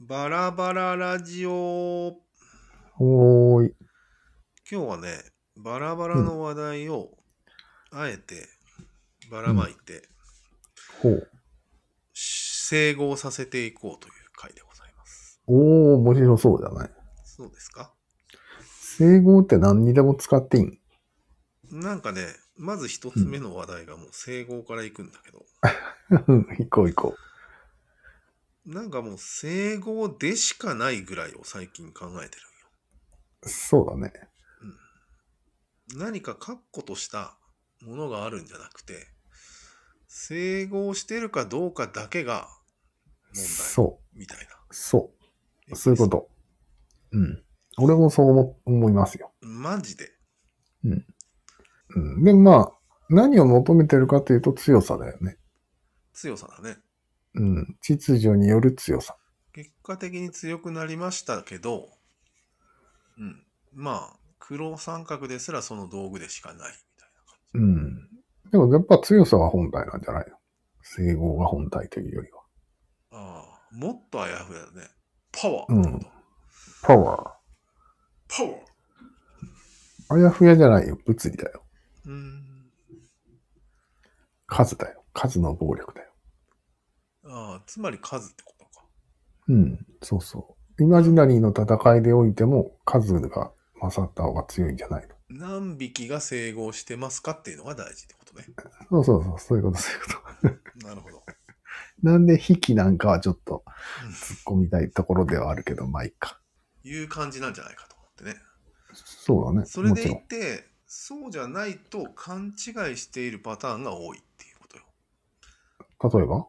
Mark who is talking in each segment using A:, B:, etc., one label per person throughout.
A: バラバララジオ。
B: おーい。
A: 今日はね、バラバラの話題を、あえて、ばらまいて、
B: ほう。
A: 整合させていこうという回でございます。
B: おー、面白そうじゃない。
A: そうですか
B: 整合って何にでも使っていいん
A: なんかね、まず一つ目の話題がもう整合からいくんだけど、
B: うん行こう行こ
A: なんかもう整合でしかないぐらいを最近考えて
B: う。そうだね。
A: るんよ。何か確固としたものがあるんじゃなくて、整合してるかどうかだけが問題
B: そ
A: みたいな。
B: う。そう。そういうこと。うん。俺もそう思思いますよ。
A: マジで。
B: うん。で、まあ、何を求めてるかというと強さだよね。
A: 強さだね。
B: うん。秩序による強さ。
A: 結果的に強くなりましたけど、うん。まあ、黒三角ですらその道具でしかないみたいな感じ。
B: うん。でもやっぱ強さが本体なんじゃないの整合が本体というよりは。
A: ああ、もっとあやふやだね。パワ
B: う
A: ーって
B: ん
A: こと。。
B: パワ
A: パワー
B: ー。あやふやじゃないよ。物理だよ。
A: うーん。
B: 数だよ。数の暴力だよ。
A: ああ、つまり数ってことか。
B: うん、そうそう。イマジナリーの戦いでおいても、数が勝った方が強いんじゃないの。
A: 何匹が整合してますかっていうのが大事ってことね。
B: そうそうそう、そういうこと、そういうこと。
A: なるほど。
B: なんで、引きなんかはちょっと突っ込みたいところではあるけど、まあいいか。
A: いう感じなんじゃないかと思ってね。
B: そうだね。
A: それ
B: も
A: で
B: ち
A: い
B: ろん。
A: て、そうじゃないと勘違いしているパターンが多いっていうことよ。
B: 例えば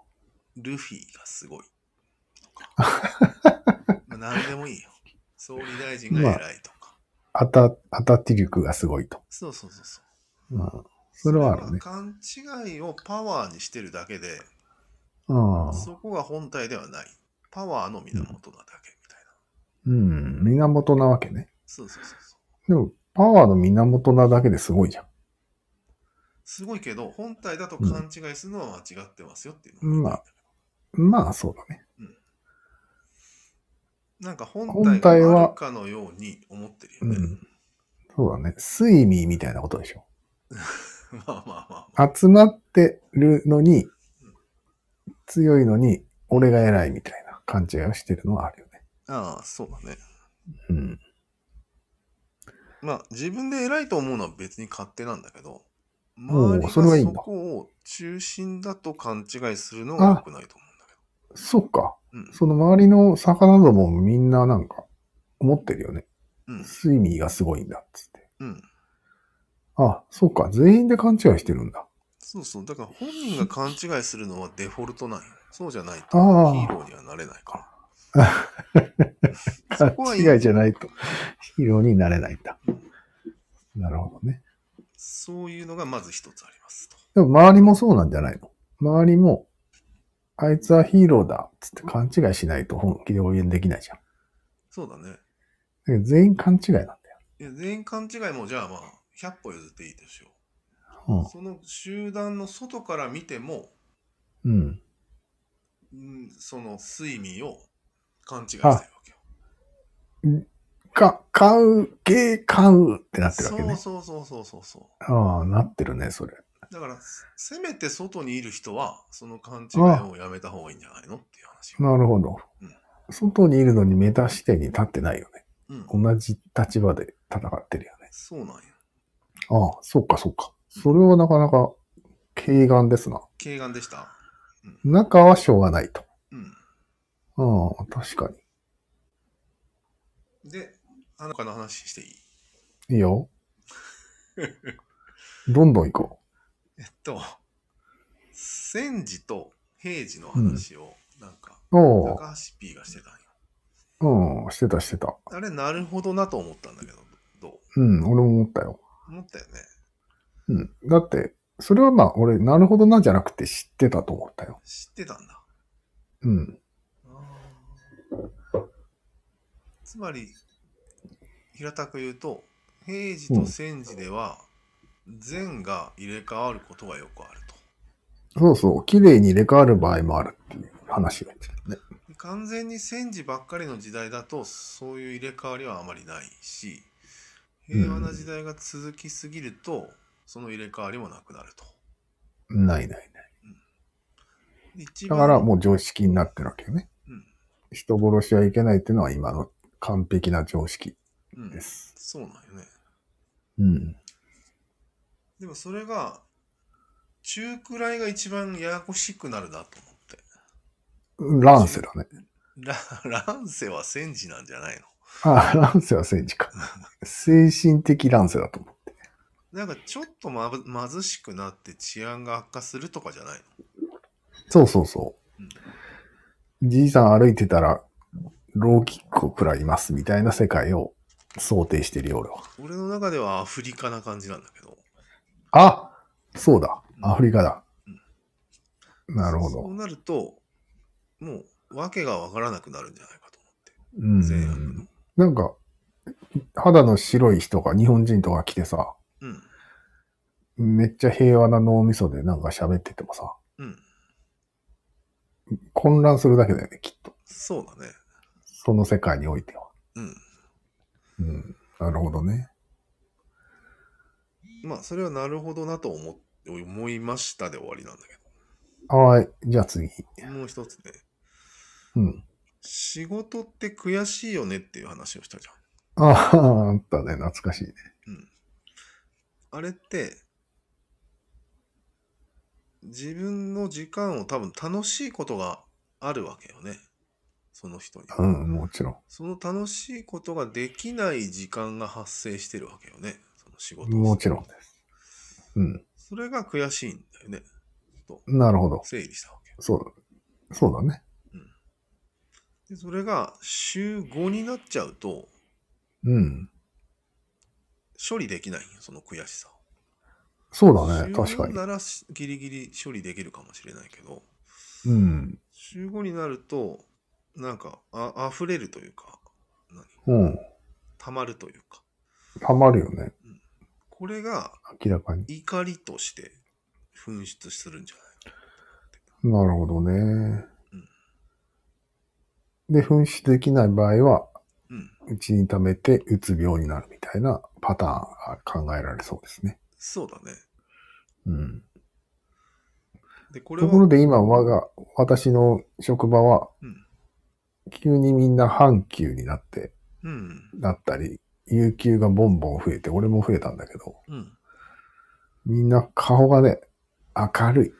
A: ルフィがすごい。 まあ何でもいいよ。総理大臣が偉いとか。
B: アタ、アタティ力がすごいと。
A: そうそうそうそう。
B: うん。それはあるね
A: それは勘違いをパワーにしてるだけで、
B: ああ。
A: そこが本体ではない。パワーの源なだけみたいな。
B: うん。源なわけね。
A: そうそうそうそう。
B: でも、パワーの源なだけですごいじゃん。
A: すごいけど、本体だと勘違いするのは間違ってますよっていうのが
B: うんまあまあ、そうだね。
A: なんか本体があるかのように思ってるよね。
B: うん。そうだね。睡眠みたいなことでしょ。
A: まあまあまあまあ。
B: 集まってるのに、強いのに、俺が偉いみたいな勘違いをしてるのはあるよね。
A: ああ、そうだね。
B: うん。
A: まあ自分で偉いと思うのは別に勝手なんだけど、
B: お
A: 周
B: う
A: りが
B: それはいいん
A: そ
B: だ
A: こを中心だと勘違いするのが良くないと思
B: そっか。
A: うんだけど。
B: その周りの魚どももみんななんか、思ってるよね。
A: うん。
B: 睡眠がすごいんだっつって。
A: うん。うん。
B: あ、そっか。全員で勘違いしてるんだ。
A: そうそう。だから本人が勘違いするのはデフォルトなんよ。そうじゃないとヒ
B: ああ
A: ーローにはなれないかそ
B: 勘
A: こはいい
B: 違いじゃないと、ヒーローになれないんだ。なるほどね。
A: ら。そういうのがまず一つありますと。
B: でも周りもそうなんじゃないの周りも、あいつはヒーローだっつって勘違いしないと本気で応援できないじゃん。
A: そうだね。
B: だけど全員勘違いなんだよ。
A: いや全員勘違いもじゃあまあ、100歩譲っていいでしょ
B: うん
A: う。その集団の外から見ても、
B: うん。
A: うん、その睡眠を勘違いしてる
B: あ
A: わけよ。
B: か、買う、ゲー買うってなってるわけ
A: そう
B: ね。
A: そうそうそうそうそう。
B: ああ、なってるね、それ。
A: だから、せめて外にいる人は、その勘違いをやめた方がいいんじゃないのっていう話よ。
B: なるほど
A: うん。
B: 外にいるのにメタ視点に立ってないよね。
A: うん、
B: 同じ立場で戦ってるよね。
A: そうなんや。
B: ああ、そうか、そうか。それはなかなか、軽眼ですな。
A: 軽眼でした。
B: 中はしょうがないと。
A: うん。
B: ああ、確か
A: で、あの他の話していい
B: に。いい よ。どんどん行こ
A: えっと、戦時と平時の話を、なんか、
B: う。お
A: 高橋 P がしてたんよ。
B: お、うん、してた、してた。
A: あれ、なるほどなと思ったんだけど、どう
B: うん、俺も思ったよ。
A: 思ったよね。
B: うん。だって、それはまあ、俺、なるほどなじゃなくて知ってたと思ったよ。
A: 知ってたんだ。
B: うん。
A: つまり平たく言うと平時と戦時では善が入れ替わることがよくあると。
B: そうそう、綺麗に入れ替わる場合もあるっていう話を言ってたね。
A: 完全に戦時ばっかりの時代だとそういう入れ替わりはあまりないし平和な時代が続きすぎるとその入れ替わりもなくなると。
B: ないないない。
A: 一
B: だ
A: 番
B: からもう常識になってるわけよね。
A: うん
B: 人殺しはいけないっていうのは今の完璧な常識
A: うん
B: です。
A: そうなんよね。
B: うん。
A: でもそれが中くらいが一番ややこしくなるなと思って。
B: 乱世だね。
A: ラ乱世は戦時なんじゃないの
B: ああ、乱世は戦 時か。精神的乱世だと思って。
A: なんかちょっと、まぶ、貧しくなって治安が悪化するとかじゃない
B: そうそうそ
A: の、
B: う。じいさん歩いてたら、ローキックを食らいますみたいな世界を想定してるよ、俺は。
A: うん俺の中ではアフリカな感じなんだけど。
B: あそうだ。
A: うん
B: アフリカだ。なるほ
A: そ
B: ど
A: う。なると、もう訳がわからなくなるんじゃないかと
B: う
A: 思って。善悪
B: ん
A: の。。
B: なんか、肌の白い人が、日本人とか来てさ、
A: うん。
B: めっちゃ平和な脳みそでなんか喋っててもさ、
A: うん。
B: 混乱するだけだよね、きっと。
A: そうだね。
B: その世界においては。
A: うん。
B: うん。なるほどね。
A: まあ、それはなるほどなと思っ思いましたで終わりなんだけ
B: はい。じゃあ次。
A: ど。もう一つね。
B: うん。
A: 仕事って悔しいよねっていう話をしたじゃん。
B: ああ、あったね。懐かしいね。
A: うんあれって自分の時間を多分楽しいことがあるわけよねその人に
B: うん、もちろん。
A: その楽しいことができない時間が発生してるわけよねその仕事を
B: もちろんです。うん。
A: それが悔しいんだよねと
B: なるほど。
A: 整理したわけ
B: そうだ。そうだね。
A: でそれが週5になっちゃうと
B: うん。
A: 処理できないよその悔しさを
B: そうだね。
A: 週
B: 確か
A: 4
B: に。
A: ならギリギリ処理できるかもしれないけど
B: うん。
A: 週5になるとなんかあ溢れるというか何
B: うん。
A: 溜まるというか
B: ハマるよね。
A: これが
B: 明らかに。
A: 怒りとして噴出するんじゃない
B: なるほどね
A: うん。
B: で、紛失できない場合は、
A: のうん
B: うちに溜めてうつ病になるみたいなパターンが考えられそうですね。
A: そうだね
B: うん。
A: でこれ
B: と
A: は
B: ころで今、我が、私の職場は、
A: うん
B: 急にみんな半休になって、
A: うん
B: なったり、有給がボンボン増えて、俺も増えたんだけど、
A: うん
B: みんな顔がね、明 るい。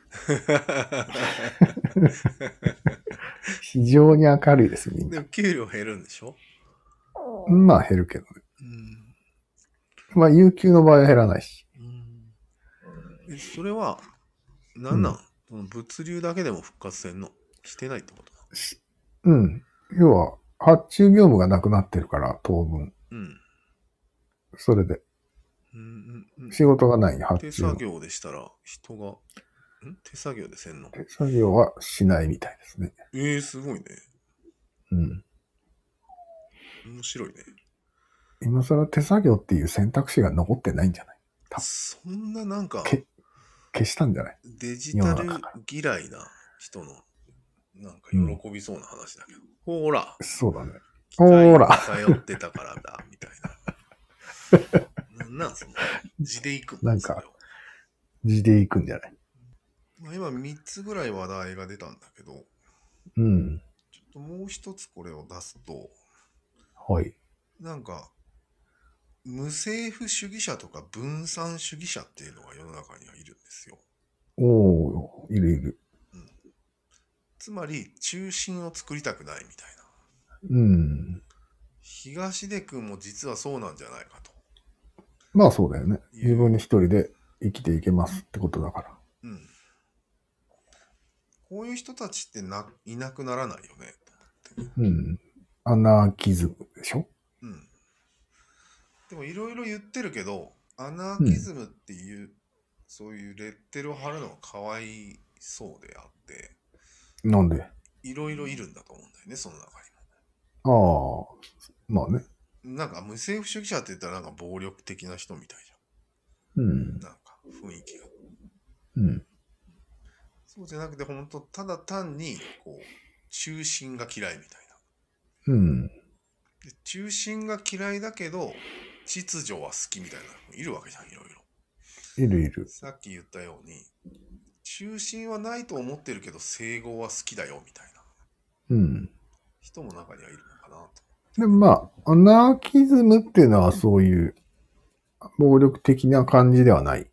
B: 非常に明るいです、みん
A: で
B: な。
A: も給料減るんでしょ
B: まあ減るけどね。
A: うん、
B: まあ有給の場合は減らないし。
A: うん、えそれは何なん、その物流だけでも復活せんのしてないってことだ
B: しうん。要は、発注業務がなくなってるから、当分。
A: うん
B: それで、
A: うんうんうん
B: 仕事がない発
A: 手
B: 注の
A: 作。業でしたら人が、ん手作業でせんの
B: 手作業はしないみたいですね。
A: ええすごいね。
B: うん。
A: 面白いね。
B: 今更手作業っていう選択肢が残ってないんじゃないあ
A: そんななんか
B: け消したんじゃない
A: デジタ
B: 世
A: ル
B: の中
A: 嫌いな人のなんか喜びそうな話だけど。ほーら、
B: そうだね。
A: 機
B: ほー
A: 械
B: ら
A: に頼ってたから だ、みたいな。なんなんその字でいくの
B: なんか
A: それを
B: 字で行くんじゃない
A: まあ今3つぐらい話題が出たんだけど、
B: うん。
A: ちょっともう一つこれを出すと、
B: はい。
A: なんか、無政府主義者とか分散主義者っていうのが世の中にはいるんですよ。
B: おー、いるいる。
A: つまり、中心を作りたくないみたいな。
B: うん。
A: 東出君も実はそうなんじゃないかと。
B: まあそうだよね。自分に一人で生きていけますってことだから。
A: うん。こういう人たちってないなくならないよね。
B: うん。アナーキズムでしょ
A: うん。でもいろいろ言ってるけど、アナーキズムっていう、そういうレッテルを貼るのがかわいそうであって、
B: なんであ
A: いろいろいるんだと思うんだよね、その中にも。
B: あ、まあね。
A: なんか無政府主義者って言ったらなんか暴力的な人みたいじ
B: う
A: ゃ
B: ん
A: ん。。なんか雰囲気が。
B: うん。
A: そうじゃなくて本当ただ単にこう中心が嫌いみたいな。
B: うん。
A: で中心が嫌いだけど秩序は好きみたいなのもいるわけじゃんいろいろ
B: いるいる。
A: さっき言ったように中心はないと思ってるけど整合は好きだよみたいな
B: うん。
A: 人も中にはいるのかなと
B: でもまあ、アナーキズムっていうのはそういう暴力的な感じではない。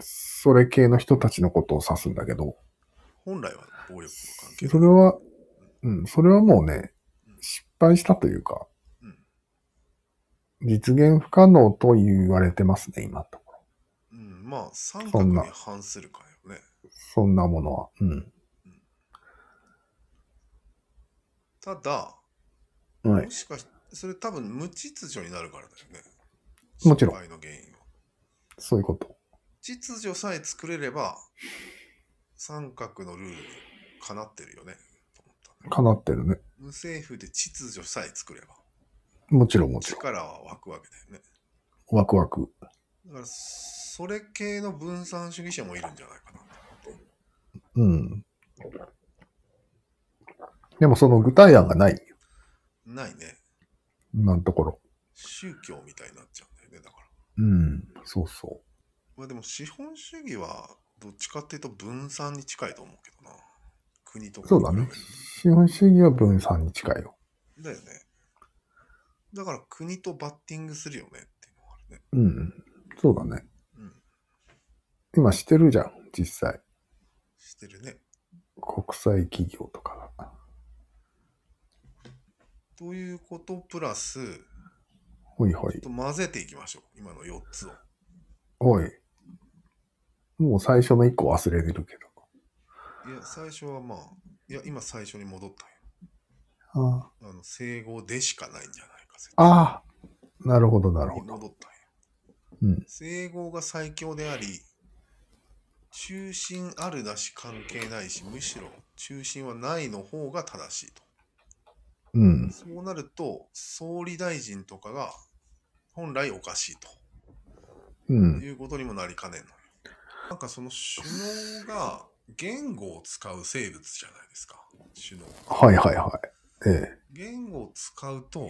B: それ系の人たちのことを指すんだけど、
A: 本来は暴力の関係
B: それは、うん、それはもうね、失敗したというか、
A: うん
B: 実現不可能と言われてますね、今のところ。
A: うん、まあ三角に反するかよね
B: そんなものは。うん。
A: ただ
B: はい
A: も。しかしそれ多分無秩序になるからだよね
B: もちろん
A: 失敗の原因は
B: そういうこと。
A: 秩序さえ作れれば三角のルールにかなってるよねと思ったね
B: かなってるね。
A: 無政府で秩序さえ作れば
B: もちろんもちろん。
A: 力は湧くわけだよね
B: ワクワク。
A: だからそれ系の分散主義者もいるんじゃないかな
B: うん。でもその具体案がない。
A: ないね
B: 今のところ。
A: 宗教みたいになっちゃうんだよねだから
B: うん。そうそ
A: まあでも資本主義はどっちかっていうと分散に近いと思うけどな国と
B: う。
A: か
B: そうだね。資本主義は分散に近いよ。
A: だよねだから国とバッティングするよねっていうのがあるね
B: うん。そうだね。
A: うん
B: 今してるじゃん、実際。
A: してるね
B: 国際企業とかが。
A: ということプラス
B: ほいほ
A: ちょっ
B: い。
A: と混ぜていきましょう今の4つを
B: ほい。もう最初の一個忘れてるけど。
A: いや最初はまあいや今最初に戻ったんよ
B: あ
A: あの整合でしかないんじゃないか説
B: あー。なるほど、なる
A: に
B: ほど。
A: 戻った
B: うん
A: よ
B: ん
A: 整合が最強であり中心あるだし関係ないしむしろ中心はないの方が正しいと
B: うん。
A: そうなると総理大臣とかが本来おかしい
B: う
A: と
B: ん。
A: いうことにもなりかねんのよなんかその首脳が言語を使う生物じゃないですか首脳
B: はいはいはい。ええ。
A: 言語を使うと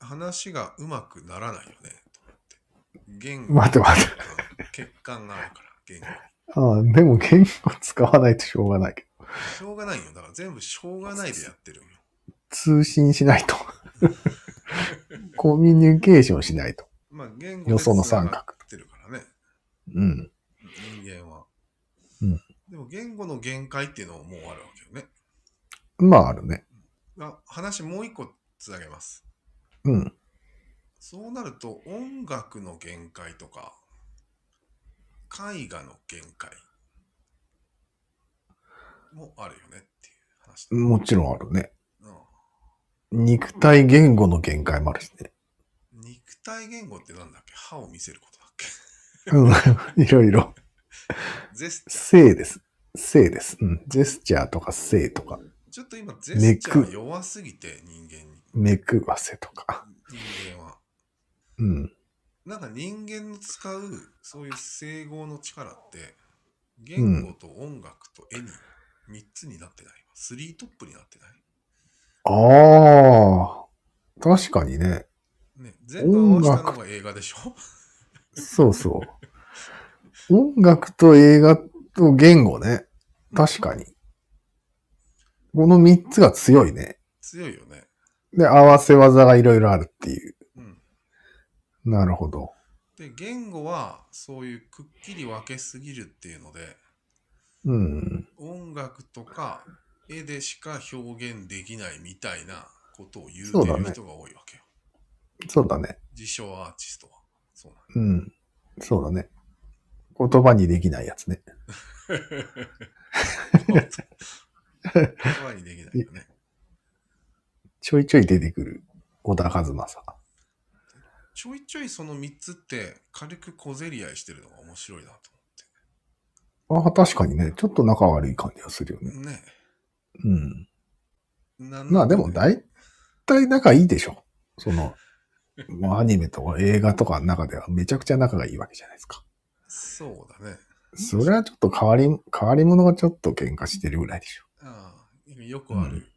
A: 話がうまくならないよねと思って言語
B: 待って待って。
A: 欠陥があるから言語
B: ああ、でも言語使わないとしょうがないけど。
A: しょうがないよだから全部しょうがないでやってるんよ
B: 通信しないと。 コミュニケーションしないと。
A: まあ言語
B: よその
A: 繋
B: 三
A: が
B: 角
A: ってるからね
B: うん。
A: 人間は、
B: うん
A: でも言語の限界っていうのももうあるわけよね
B: まああるね。
A: あ話もう一個つなげます
B: うん。
A: そうなると音楽の限界とか絵画の限界もあるよねっていう話だ、
B: もちろんあるね。
A: う
B: 肉体言語の限界もあるしね。
A: ん肉体言語ってなんだっけ歯を見せることだっけ
B: うん。 いろいろ。
A: ゼスチャ
B: 性です。性です。うん。ジェスチャーとか性とか、
A: ーちょっと今ゼスチャー弱すぎて人間に
B: めくわせとか。
A: 人間は
B: うん。
A: なんか人間の使うそういう整合の力って言語と音楽と絵に3つになってないスリートップになってない
B: ああ。確かにね。
A: ね、全部合わせたのが映画でしょ
B: そうそう。音楽と映画と言語ね。確かに。この三つが強いね。
A: 強いよね。
B: で、合わせ技がいろいろあるっていう。
A: うん。
B: なるほど。
A: で、言語はそういうくっきり分けすぎるっていうので、
B: うん。
A: 音楽とか絵でしか表現できないみたいなことを言
B: そうう
A: て
B: だ
A: る
B: ね
A: 人が多いわけよ。
B: そうだね。
A: 自称アーティストは。そうな
B: うん。そうだね。言葉にできないやつね。
A: の。言葉にできないよ ね。
B: ちょいちょい出てくる。小田和正。
A: ちょいちょいその3つって軽く小競り合いしてるのが面白いなと
B: ああ、確かにね。ちょっと仲悪い感じがするよ
A: 思っ
B: ね。
A: て。ね。
B: うん。
A: なん
B: まあでも、大体仲いいでしょ。その、もうアニメとか映画とかの中ではめちゃくちゃ仲がいいわけじゃないですか。
A: そうだね。
B: それはちょっと変わり、変わり者がちょっと喧嘩してるぐらいでしょ。
A: ああ、よくある。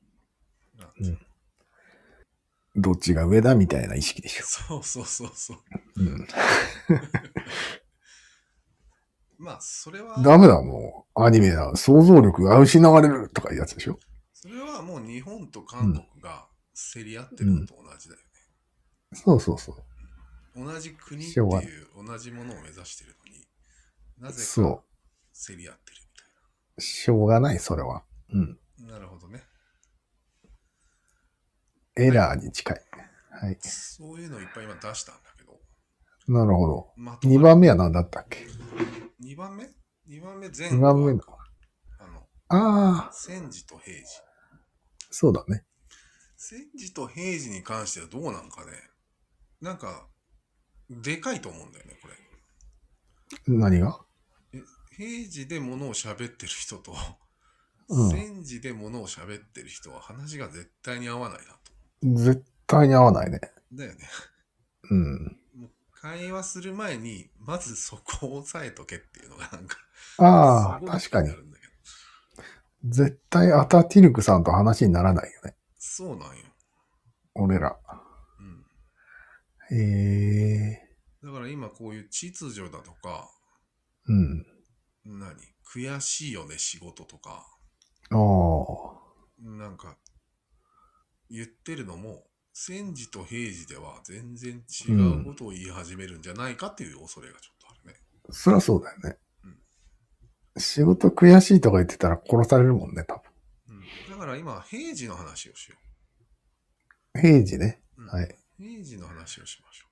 A: なんていうの
B: どっちが上だみたいな意識でしょ。
A: そうそうそうそう。
B: うん。
A: まあ、それは、
B: ダメだ、もう。アニメだ。想像力が失われるとかいうやつでしょ。
A: それはもう日本と韓国が競り合ってるのと同じだよね。
B: そうそうそう。
A: 同じ国って
B: しょうがない
A: いう同じものを目指してるのに、なぜか
B: そ。
A: 競り合ってるみたいう
B: しょうがない、それは。うん。
A: な。なるほどね。
B: エラーに近い。はい。
A: そういうのいっぱい今出したんだけど。
B: なるほど。
A: まとま
B: 2番目は何だったっけ
A: 二番目 ?2 番目前
B: ?2 番目の。
A: あの、
B: ああ、
A: 戦時と平時。
B: そうだね。
A: 戦時と平時に関してはどうなんかね。なんか、でかいと思うんだよね、これ。
B: 何が
A: 平時で物を喋ってる人と、
B: うん
A: 戦時で物を喋ってる人は話が絶対に合わないなと。
B: 絶対に合わないね。
A: だよね。
B: うん。
A: もう会話する前に、まずそこを押さえとけっていうのがなんか、す
B: ああ、
A: ごい
B: 確かに
A: な。るんだけど
B: 絶対アタティルクさんと話にならないよね。
A: そうなんよ。
B: 俺ら。
A: うん。
B: へえ。
A: だから今こういう秩序だとか、
B: うん。
A: 何悔しいよね、仕事とか。
B: ああ。
A: なんか、言ってるのも、戦時と平時では全然違うことを言い始めるんじゃないかっていう恐れがちょっとあるね。
B: そりゃそうだよね
A: うん。
B: 仕事悔しいとか言ってたら殺されるもんね、多
A: うん、だから今、平時の話をしよ
B: 分。平時ね。
A: う。うん
B: はい。
A: 平時の話をしましょ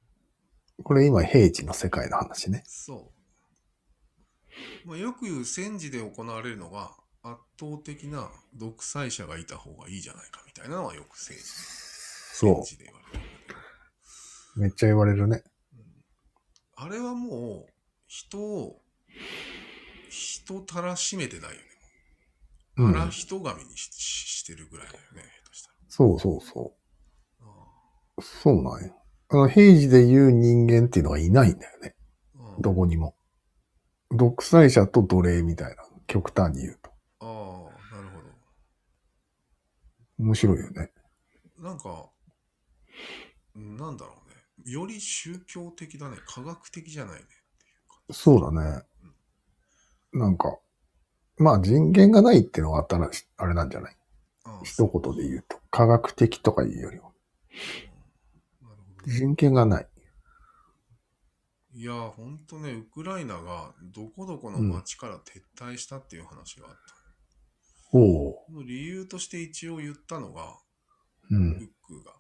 A: う。
B: これ今平時の世界の話ね。
A: そう。まあ、よく言う戦時で行われるのが、圧倒的な独裁者がいた方がいいじゃないかみたいなのはよく政治
B: そ
A: 戦時で言われる。
B: う。めっちゃ言われるね。
A: うんあれはもう、人を、人たらしめてないよね。
B: う
A: 荒
B: ん。
A: 人神にしししてるぐらいだよね、下手したら。
B: そうそうそ
A: あ
B: う。そうなんよ。あの、平時で言う人間っていうのがいないんだよね。
A: あ
B: どこにも。独裁者と奴隷みたいな。極端に言うと。
A: ああ、なるほ
B: 面白いよね。
A: ど。なんか、なんだろうね。より宗教的だね。科学的じゃないね。っていうか
B: そうだね。なんか、まあ人権がないっていうのがあったら、あれなんじゃない
A: ああ
B: 一言で言うと。科学的とか言うよりは。
A: なるほどね
B: 人権がない。
A: いやー、ほんとね、ウクライナがどこどこの町から撤退したっていう話があった。
B: おお。
A: その理由として一応言ったのが、
B: う
A: ブ
B: ん。
A: ックが、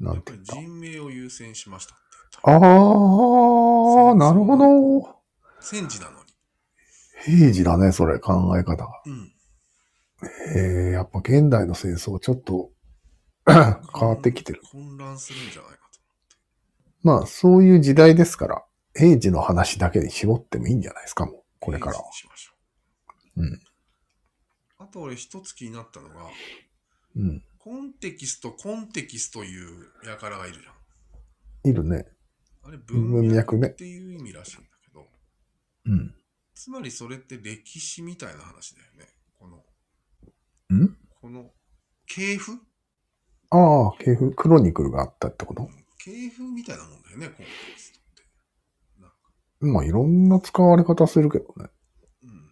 B: な
A: や
B: ん
A: ってぱり
B: 言った。
A: 人命を優先しましたって言
B: あ
A: った。
B: あ、なるほど。
A: 戦時なのに。
B: 平時だね、それ、考え方が。
A: うん。
B: ええやっぱ現代の戦争、ちょっ と変わってきてる。
A: 混乱するんじゃないかと。
B: まあ、そういう時代ですから、平時の話だけに絞ってもいいんじゃないですか、もう。これから
A: ペー
B: は
A: ジに。しましょう。
B: うん。
A: あと俺一つ気になったのが、
B: うん。
A: コンテキスト、コンテキストいう輩がいるじゃん。
B: いるね。
A: あれ文
B: 文
A: 脈
B: 脈ね
A: っていう意味らしいんだけど、
B: うん。
A: つまりそれって歴史みたいな話だよね。この、
B: ん
A: この、系譜
B: ああ、系譜、クロニクルがあったってこと
A: 系譜みたいなもんだよね、コンテキストって。なんか、
B: まあ、いろんな使われ方するけどね。
A: うん。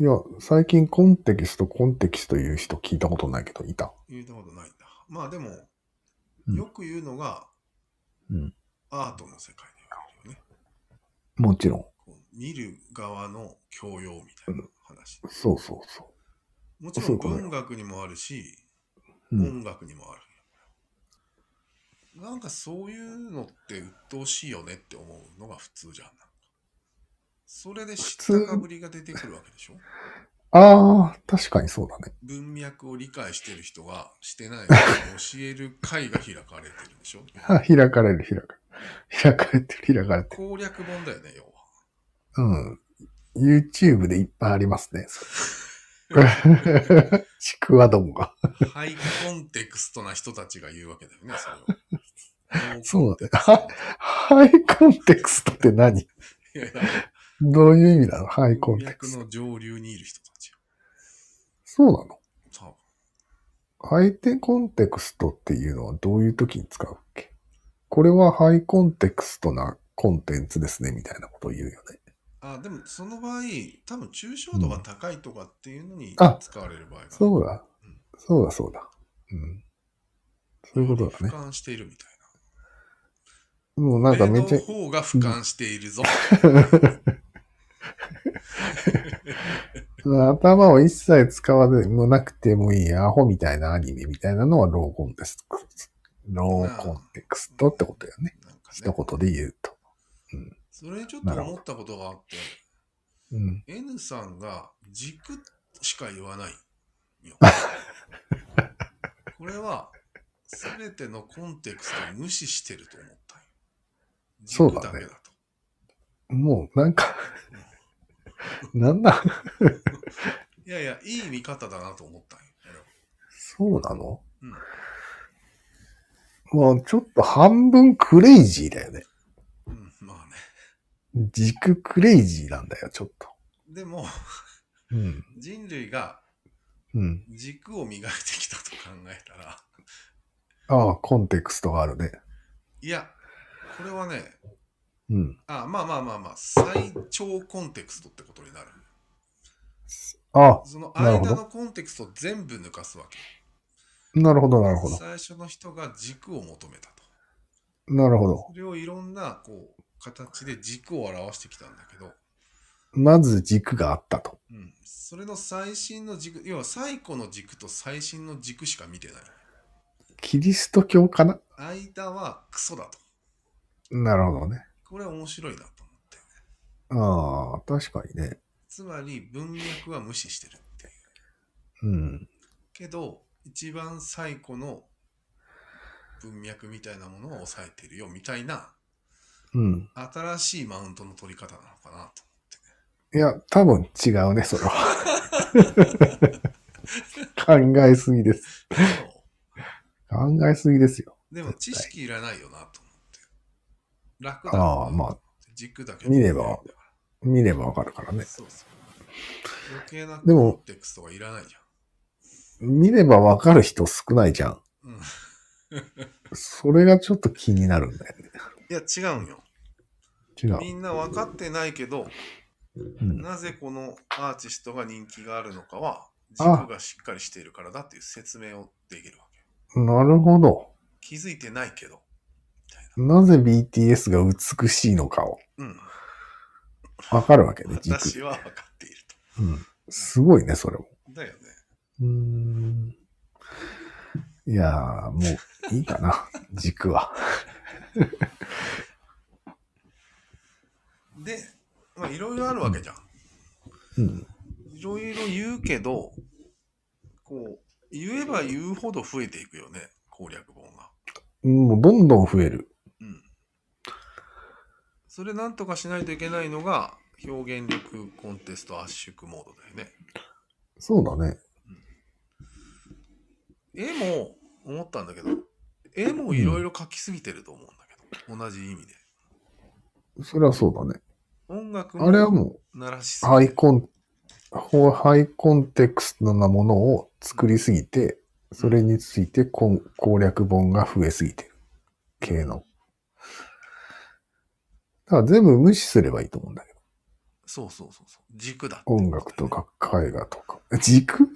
B: いや、最近コンテキスト、コンテキスト言う人聞いたことないけど、いた。
A: 言ったことないんだ。まあでも、
B: うん
A: よく言うのが、
B: うん
A: アートの世界で言われるよね。
B: もちろん。
A: こう見る側の教養みたいな話。
B: そうそうそ
A: もちろ
B: そ
A: ん
B: うかな
A: 文学にもあるし、
B: う。うん。
A: 音楽にもある。なんかそういうのって鬱陶しいよねって思うのが普通じゃん。それで知ったかぶりが出てくるわけでしょ
B: ああ、確かにそうだね。
A: 文脈を理解してる人がしてない人に教える会が開かれてるでしょ
B: あ開かれる、開かれる。開かれてる、開かれてる。
A: 攻略本だよね、要は。
B: うん。YouTube でいっぱいありますね。 それちくわどもが。
A: ハイコンテクストな人たちが言うわけだよね、それを。
B: そうだね。ハイコンテクストって何
A: いやいや
B: どういう意味だろうハイコン
A: 文
B: テ
A: 脈
B: クスト。
A: の上流にいる人たちよ。
B: そうなの
A: 多分
B: ハイテコンテクストっていうのはどういう時に使うっけこれはハイコンテクストなコンテンツですね、みたいなことを言うよね。
A: あでもその場合、多分抽象度が高いとかっていうのに
B: あ
A: 使われる場合がある。
B: そうだ。そうだ、そうだ。うん。そういうことだね
A: 俯。瞰しているみたい
B: もう
A: な。
B: なんかめっち
A: 目、
B: ゃ
A: の方が俯瞰しているぞ。
B: 頭を一切使わずもなくてもいいアホみたいなアニメみたいなのはローコンテスト。ローコンテクストってことよね。
A: なんかね
B: 一言で言うと。
A: それちょっと思ったことがあって、
B: うん。
A: N さんが軸しか言わない よ。これは全てのコンテクストを無視してると思ったんよ。
B: そう
A: 軸
B: だ
A: だ
B: ね
A: けだと。
B: もうなんか、 なんだ、
A: いやいや、いい見方だなと思ったんよ。俺は
B: そうなの
A: うん
B: もうちょっと半分クレイジーだよね。
A: うん、まあね。
B: 軸クレイジーなんだよ、ちょっと。
A: でも、
B: うん。
A: 人類が
B: うん。
A: 軸を磨いてきたと考えたら、
B: ああ、コンテクストがあるね。
A: いや、これはね、
B: うん。
A: あまあまあまあまあ、最長コンテクストってことになる。
B: ああ、
A: その
B: なるほど
A: 間のコンテクストを全部抜かすわけ。
B: なるほど、なるほど。
A: 最初の人が軸を求めたと。
B: なるほど。
A: それをいろんなこう形で軸を表してきたんだけど、
B: まず軸があったと。
A: うん、それの最新の軸、要は最古の軸と最新の軸しか見てない。
B: キリスト教かな
A: 間はクソだと。
B: なるほどね。
A: これは面白いなと思って。
B: ああ、確かにね。
A: つまり文脈は無視してるっていう。
B: うん。
A: けど、一番最古の文脈みたいなものを抑えてるよみたいな
B: うん。
A: 新しいマウントの取り方なのかなと。
B: いや、多分違うね、それは。考えすぎです。
A: そう
B: 考えすぎですよ。
A: でも知識いらないよなと思って。楽だ
B: ああ、まあ、
A: 軸だけ
B: 見れば見ればわかるからね。
A: そうそう。余計な
B: でも
A: コンテクストがいらないじ
B: 見ればわかる人少ないじゃん。
A: ゃん。うん、
B: それがちょっと気になるんだよね。
A: いや、違うんよ。
B: 違う。
A: みんな分かってないけど、
B: うん、
A: なぜこのアーティストが人気があるのかは、
B: あ
A: 軸がしっかりしているからだっていう説明をできるわけ。
B: なるほど。
A: 気づいてないけど、みたい
B: なぜ BTS が美しいのかを
A: な。うん。
B: わかるわけね、軸。
A: 私は分かっている
B: うん。すごいね、それも。
A: と。だよね。
B: うーんいやー、もういいか な、軸は。
A: で、まあいろいろあるわけじゃん。
B: うん。
A: いろいろ言うけど、こう、言えば言うほど増えていくよね、攻略本が。
B: もうどんどん増える。
A: うん。それなんとかしないといけないのが、表現力コンテスト圧縮モードだよね。
B: そうだね。
A: 絵も思ったんだけど、絵もいろいろ描きすぎてると思うんだけど、同じ意味で。
B: それはそうだね。
A: 音楽
B: あれは
A: も
B: も
A: 鳴らしすぎ
B: う、
A: て
B: ハイコン、ほハイコンテクストなものを作りすぎて、それについてこん攻略本が増えすぎてる。系の。だから全部無視すればいいと思うんだけど。
A: そうそうそうそう。軸だって
B: 音楽とか絵画とか。軸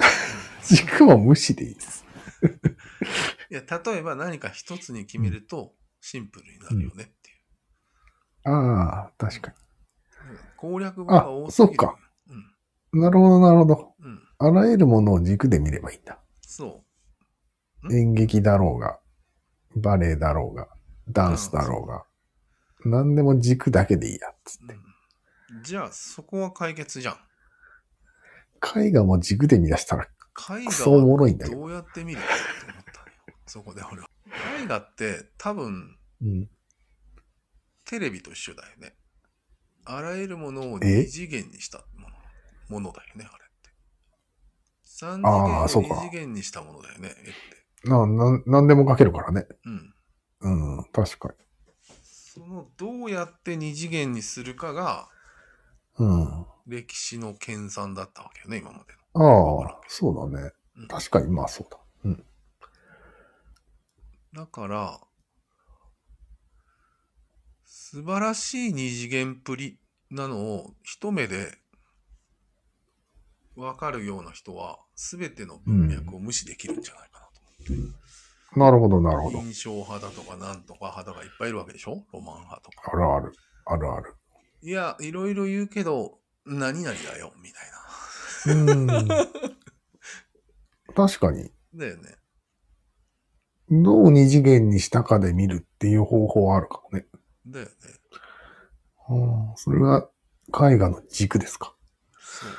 B: 軸は無視でいいです。
A: いや、例えば何か一つに決めると、シンプルになるよねっていう。
B: ああ、確かに。
A: うん攻略本が多すぎる。
B: あそっか。
A: うん。
B: なるほど、なるほど。
A: うん。
B: あらゆるものを軸で見ればいいんだ。
A: そん
B: 演劇だろうが、バレエだろうが、ダンスだろうが、何でも軸だけでいいやっつっ
A: う。
B: て。
A: うんじゃあ、そこは解決じゃん。
B: 絵画も軸で見出したら、
A: 絵
B: ク
A: 画
B: ソおも
A: は
B: ろいんだけど。
A: どうやって見るかと思ったのよ。そこで俺は。絵画って多分、
B: うん、
A: テレビと一緒だよね。あらゆるものを
B: え
A: 二次元にしたものものだよね、あれって。三
B: あー
A: 次
B: そう
A: 元を
B: か
A: 二次元にしたものだよね、絵って。
B: なな何でも描けるからね。
A: うん。
B: うん、確か
A: その、どうやって二次元にするかが、
B: うん。あ
A: 歴史の研鑽だったわけよね、今までの。
B: あ、そうだね
A: うん。
B: 確かに、まあそうだ。うん。
A: だから、素晴らしい二次元っぷりなのを一目で分かるような人は全ての文脈を無視できるんじゃないかなと思って。
B: なるほど、なるほど。
A: 印象派だとかなんとか派だがいっぱいいるわけでしょロマン派とか。
B: あるある。あるある。
A: いや、いろいろ言うけど、何々だよ、みたい
B: うん。確かに、
A: な。だよね。
B: どう二次元にしたかで見るっていう方法はあるかもね。
A: だよね。
B: ああ、それが絵画の軸ですか。
A: そう。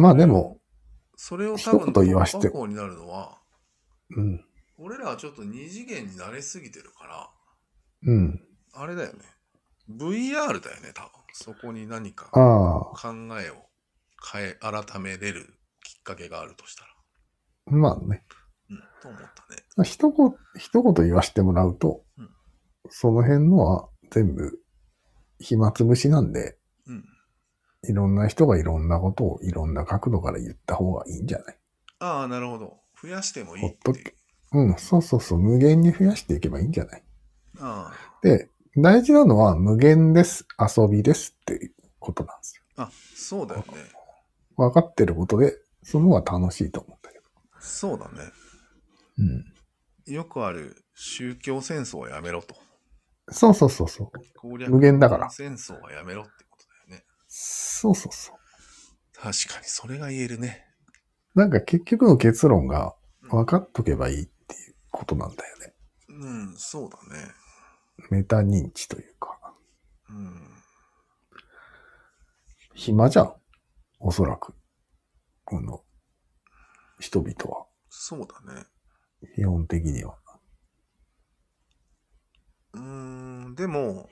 B: まあでも、
A: それを多分
B: 一言言わして
A: 突破口になるのは、
B: うん。
A: 俺らはちょっと二次元に慣れすぎてるから、
B: うん。
A: あれだよね。VR だよね、多分。そこに何か考
B: あ
A: えを変え、改めれるきっかけがあるとしたら。
B: あ、まあね。
A: うん、と思ったね。
B: 一言、一言言わしてもらうと、
A: うん
B: その辺のは全部暇つぶしなんで、
A: うん。
B: いろんな人がいろんなことをいろんな角度から言った方がいいんじゃない
A: ああ、なるほど。増やしてもいいって
B: ほっ
A: い
B: と
A: う。
B: うん、そうそうそう、無限に増やしていけばいいんじゃない
A: あ
B: で、大事なのは無限です、遊びですっていうことなんですよ。
A: あ、あ、そうだよね。
B: 分かってることで、その方が楽しいと思うんだけど。
A: そうだね。
B: うん。
A: よくある宗教戦争はやめろと。
B: そうそうそうそう。
A: 攻略
B: 無限だから。
A: 戦争はやめろってことだよね。
B: そうそうそう。
A: 確かに、それが言えるね。
B: なんか結局の結論が
A: うん
B: 分かっとけばいいっていうことなんだよね。
A: うん、そうだね。
B: メタ認知というか。
A: うん。
B: 暇じゃん。おそらく。この人々は。
A: そうだね。
B: 基本的には。
A: うーん、でも、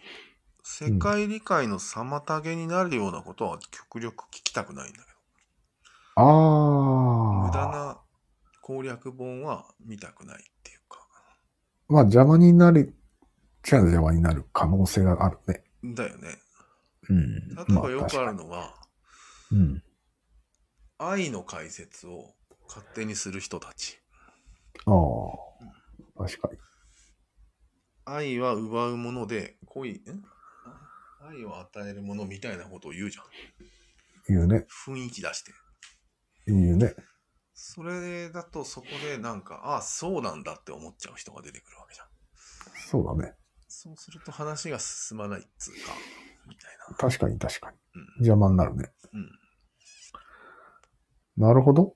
A: 世界理解の妨げになるようなことは極力聞きたくないんだけ
B: あ
A: ど、無駄
B: あ。
A: な攻略本は見たくないっていうか、
B: まあ邪魔になる、じゃあ邪魔になる可能性があるね。
A: だよね。
B: うん。
A: 例えばよ
B: ま
A: くある
B: 確か
A: のは、
B: にうん。
A: 愛の解説を勝手にする人たち。
B: ああ。確かに。
A: 愛は奪うもので、恋、ん愛を与えるものみたいなことを言うじゃん。
B: 言うね。
A: 雰囲気出して。
B: 言うね。
A: それだとそこでなんか、ああ、そうなんだって思っちゃう人が出てくるわけじゃん。
B: そうだね。
A: そうすると話が進まないっつうか、みたいな。
B: 確かに確かに
A: うん。
B: 邪魔になるね。
A: うん。
B: なるほど。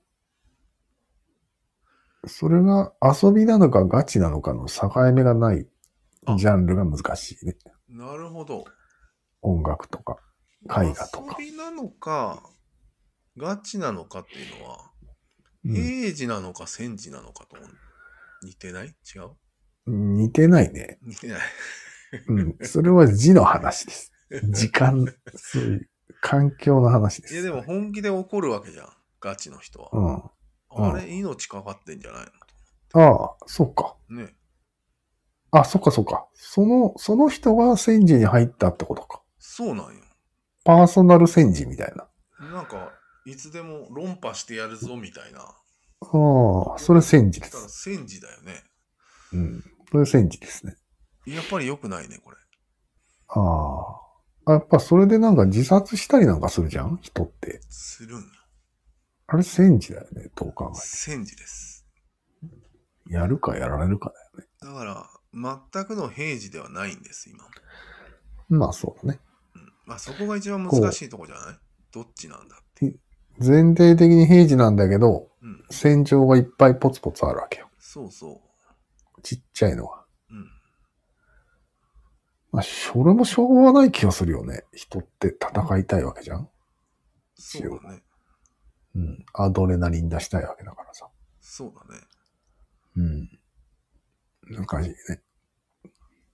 B: それが遊びなのかガチなのかの境目がない
A: あ
B: ジャンルが難しいね。
A: なるほど。
B: 音楽とか。絵画とか
A: 遊びなのか、ガチなのかっていうのは、
B: うん
A: 平時なのか戦時なのかと似てない違う
B: 似てないね。
A: 似て ない。
B: うん。それは字の話 です。時間、そういう環境の話です。
A: いやでも本気で怒るわけじゃん。ガチの人は。
B: うん。あうん
A: あれ、命かかってんじゃない
B: あ、そうか。
A: のね。
B: あ、そっかそっか。その、その人が戦時に入ったってことか。
A: そうなんよ。
B: パーソナル戦時みたいな。
A: なんか、いつでも論破してやるぞみたい な。
B: ああ、それ戦時で
A: だから
B: す。
A: 戦時だよね。
B: うん。それ戦時ですね。
A: やっぱり良くないね、これ。
B: ああ。やっぱそれでなんか自殺したりなんかするじゃん人って。
A: するんよ。
B: あれ戦時だよね、どう考
A: 戦時です。
B: えて。やるかやられるかだよね。
A: だから、全くの平時ではないんです、今も。
B: まあそうだね。
A: うんまあ、そこが一番難しいとこじゃないどっちなんだって。
B: 前提的に平時なんだけど、
A: うん、
B: 戦場がいっぱいポツポツあるわけよ。
A: そうそ
B: ちっちゃいのは。
A: う。うん、
B: まあ、それもしょうがない気がするよね。人って戦いたいわけじゃん
A: そうだね。
B: うん。アドレナリン出したいわけだからさ。
A: そうだね。
B: うん。難しいね。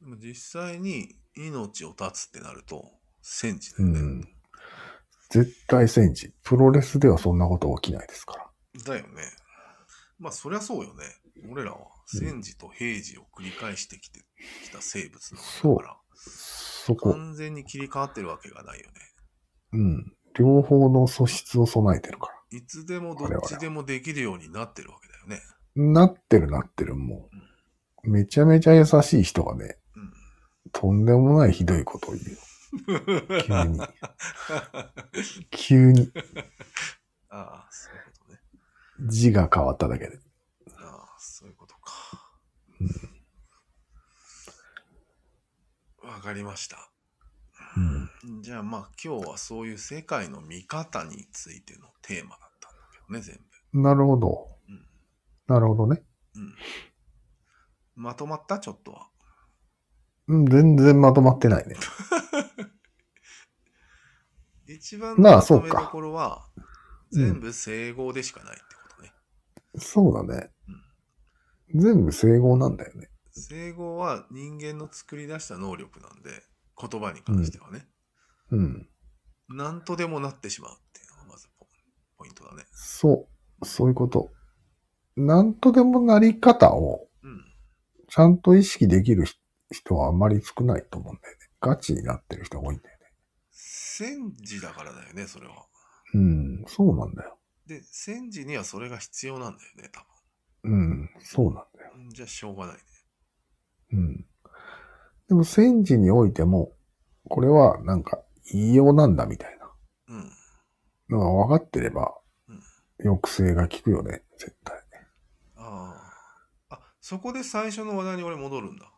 A: でも実際に命を絶つってなると、戦時だ
B: う
A: よね。
B: ん。絶対戦時。プロレスではそんなこと起きないですから。
A: だよね。まあ、そりゃそうよね。俺らは戦時と平時を繰り返してきてきた生物だから。
B: そこ、
A: 完全に切り替わってるわけがないよね。
B: うん。両方の素質を備えてるから。
A: いつでもどっちでもできるようになってるわけだよね。
B: なってるなってる、もう。めちゃめちゃ優しい人がね、
A: うん。
B: とんでもないひどいことを言うよ。急に。急に。
A: ああ、そういうことね。
B: 字が変わっただけで。
A: ああ、そういうことか。わかりました。
B: うん。
A: じゃあまあ今日はそういう世界の見方についてのテーマだったんだけどね、全
B: なるほど。
A: うん
B: なるほどね。
A: 部。うん。まとまったちょっとは。
B: うん、全然まとまってないね。
A: 一番
B: まあ
A: まとめ
B: そう
A: ど
B: か
A: ころは、
B: うん
A: 全部整合でしかないってことね。
B: そうだね。全部整合なんだよね。
A: 整合は人間の作り出した能力なんで、言葉に関してはね、
B: うん。
A: なんとでもなってしまうっていうのがまずポポイントだね。
B: そう。そういうこと。なんとでもなり方を
A: うん。
B: ちゃんと意識できるひ人はあんまり少ないと思うんだよね。ガチになってる人が多いんだよね。
A: 戦時だからだよね、それは。
B: うん、そうなんだよ。
A: で、戦時にはそれが必要なんだよね、多
B: うん、そうなんだよ。
A: 分。じゃあしょうがないね。
B: うん。でも戦時においても、これはなんか異様なんだみたいな
A: うん。
B: のが分かってれば
A: うん、
B: 抑制が効くよね、絶対。
A: ああ。あ、そこで最初の話題に俺戻るんだ。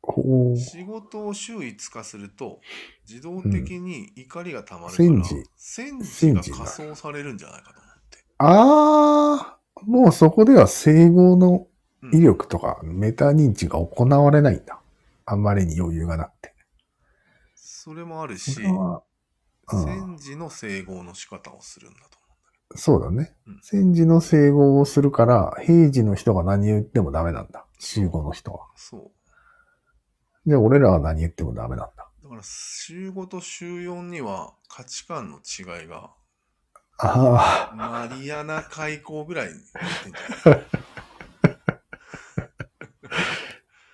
B: ほう。
A: 仕事を週5日すると、自動的に怒りが溜まるから、
B: うん戦時
A: 戦時が仮想されるんじゃないかと思って。
B: あー、もうそこでは整合の
A: うん
B: 威力とかメタ認知が行われないんだ。あんまりに余裕がなくて。
A: それもあるし、
B: それはうん
A: 戦時の整合の仕方をするんだと
B: そうだね
A: うん。
B: 戦時の整合をするから、平時の人が何言ってもダメなんだ。週5の人は。
A: 思う。そ
B: じゃあ俺らは何言ってもダメなんだ。
A: う。だから、週5と週4には価値観の違いが、
B: あ
A: マリアナ海溝ぐらいになってんじゃない
B: あ、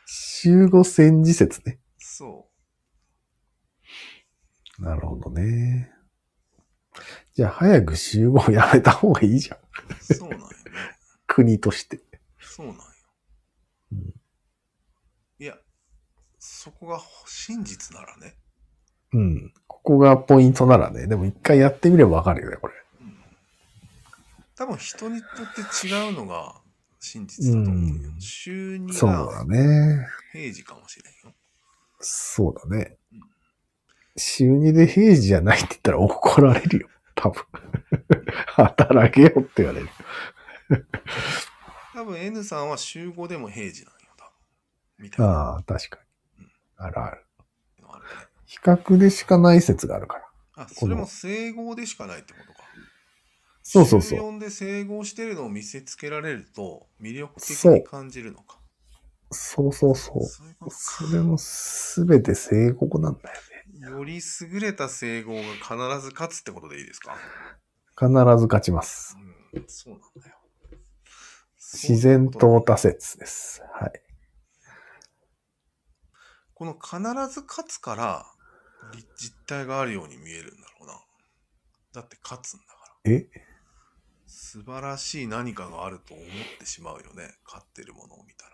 B: 週5戦時説ね。
A: そ
B: なるほどね。じゃあ早く週5をやめた方がいいじゃん。
A: う。そうなんよね。
B: 国として。
A: そうなんよ
B: うん。
A: いや、そこが真実ならね。
B: うん。ここがポイントならね。でも一回やってみればわかるよね、これ。
A: うん多分人にとって違うのが真実だと思うよ。
B: うん
A: 週2
B: そう
A: が
B: だね。
A: 平時かもしれんよ。
B: そうだね
A: うん。
B: 週2で平時じゃないって言ったら怒られるよ。多分。働けよって言われる。
A: 多分 N さんは週5でも平時なんよ。多分みたいな
B: ああ、確かに。あるある。
A: のあるね。
B: 比較でしかない説があるから。
A: あ、それも整合でしかないってことか。
B: そうそうそ
A: 週
B: う。
A: 4で整合してるのを見せつけられると魅力的
B: そう
A: に感じるのか。
B: そうそうそう。
A: そういうこと
B: それもすべて正国なんだよね。
A: より優れた整合が必ず勝つってことでいいですか、
B: 必ず勝ちます。
A: うん、そうなんだよ。
B: 自然淘汰説です。はい。
A: この必ず勝つからり実態があるように見えるんだろうな。だって勝つんだから。
B: え
A: 素晴らしい何かがあると思ってしまうよね。勝ってるものを見た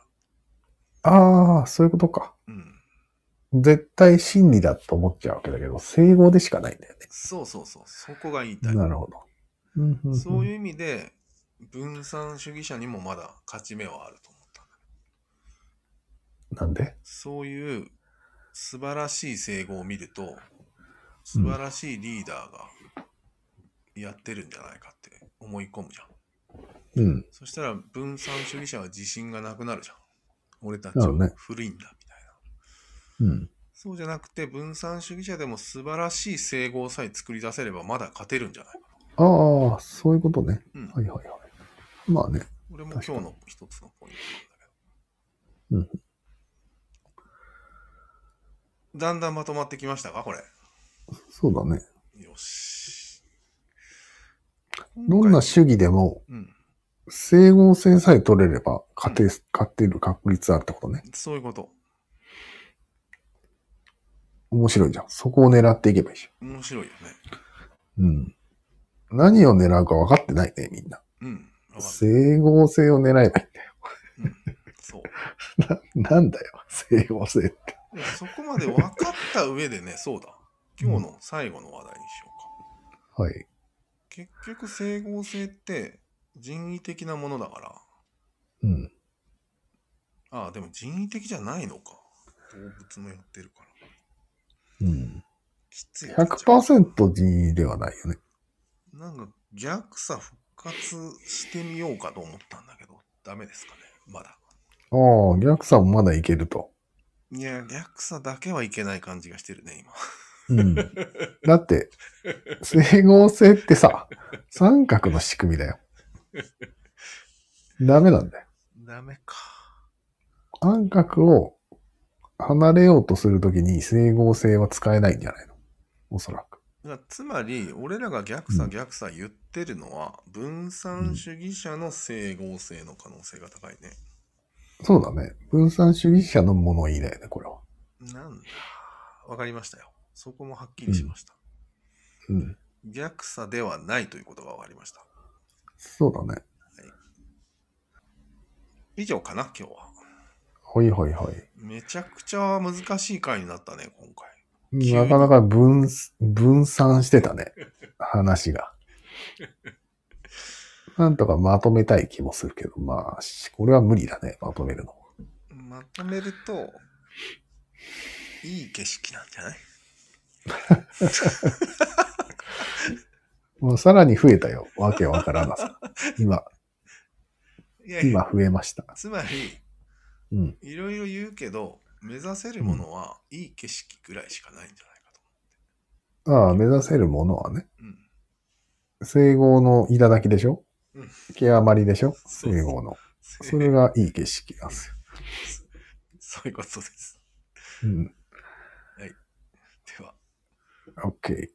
A: ら。
B: ああ、そういうことか。
A: うん。
B: 絶対真理だと思っちゃうわけだけど、整合でしかないんだよね。
A: そうそうそう。そこが言いたい。
B: なるほど。うんうんうん
A: そういう意味で分散主義者にもまだ勝ち目はあると思った。
B: なんで
A: そういう素晴らしい整合を見ると、素晴らしいリーダーがやってるんじゃないかって思い込むじゃん。
B: うん。
A: そしたら分散主義者は自信がなくなるじゃん。俺たち
B: な
A: は
B: るね
A: 古いんだみたいな。
B: うん。
A: そうじゃなくて分散主義者でも素晴らしい整合さえ作り出せればまだ勝てるんじゃないか。
B: ああ、そういうことね。
A: うん。
B: はいはいはい。まあね。
A: 俺も今日の一つのポイントなんだけど。だんだんまとまってきましたかこれ。
B: そうだね。
A: よし。
B: どんな主義でも、
A: うん、
B: 整合性さえ取れれば、勝て、勝てる確率あるってことね。
A: そういうこと。
B: 面白いじゃん。そこを狙っていけばいいじ
A: 面白いよね。
B: ゃん。うん。何を狙うか分かってないね、みんな。
A: うん。わかる
B: 整合性を狙えばいいんだよ。
A: そう。
B: ななんだよ、整合性って。
A: そこまで分かった上でね、そうだ。今日の最後の話題にしようか。
B: はい。
A: 結局、整合性って人為的なものだから。
B: うん。
A: ああ、でも人為的じゃないのか。動物もやってるから。
B: うん、
A: きついよ。
B: 100%人ではないよね。
A: なんか逆さ復活してみようかと思ったんだけど、ダメですかね、まだ。
B: ああ、逆さもまだいけると。
A: いや、逆さだけはいけない感じがしてるね、今。
B: うん。 だって、整合性ってさ、三角の仕組みだよ。ダメなんだよ。
A: ダメか。
B: 三角を離れようとするときに整合性は使えないんじゃないのおそらく。
A: だからつまり、俺らが逆さ
B: うん
A: 逆さ言ってるのは、分散主義者の整合性の可能性が高いね。
B: そうだね。分散主義者の物言いだよね、これは。
A: なんだ。わかりましたよ。そこもはっきりしました。
B: うん。
A: 逆さではないということがわかりました。
B: そうだね。
A: 以上かな、今日は。
B: ほいほいほ
A: めちゃくちゃ難しい回になったね、今回。
B: い。なかなか分、分散して たね。話が。なんとかまとめたい気もするけど、まあ、しこれは無理だね、まとめるの。
A: まとめると、いい景色なんじゃない
B: もうさらに増えたよ。わけわから なさ。今、
A: いやいや、
B: 今増えました。
A: つまり、
B: うん。
A: いろいろ言うけど、目指せるものはいい景色ぐらいしかないんじゃないかと。
B: ああ、目指せるものはね、
A: うん。
B: 整合の頂きでしょ
A: うん
B: 極まりでしょ
A: そう
B: 整合の。そ
A: そう
B: れがいい景色なんです
A: そういうことです。
B: よ。うん。
A: では。
B: OK。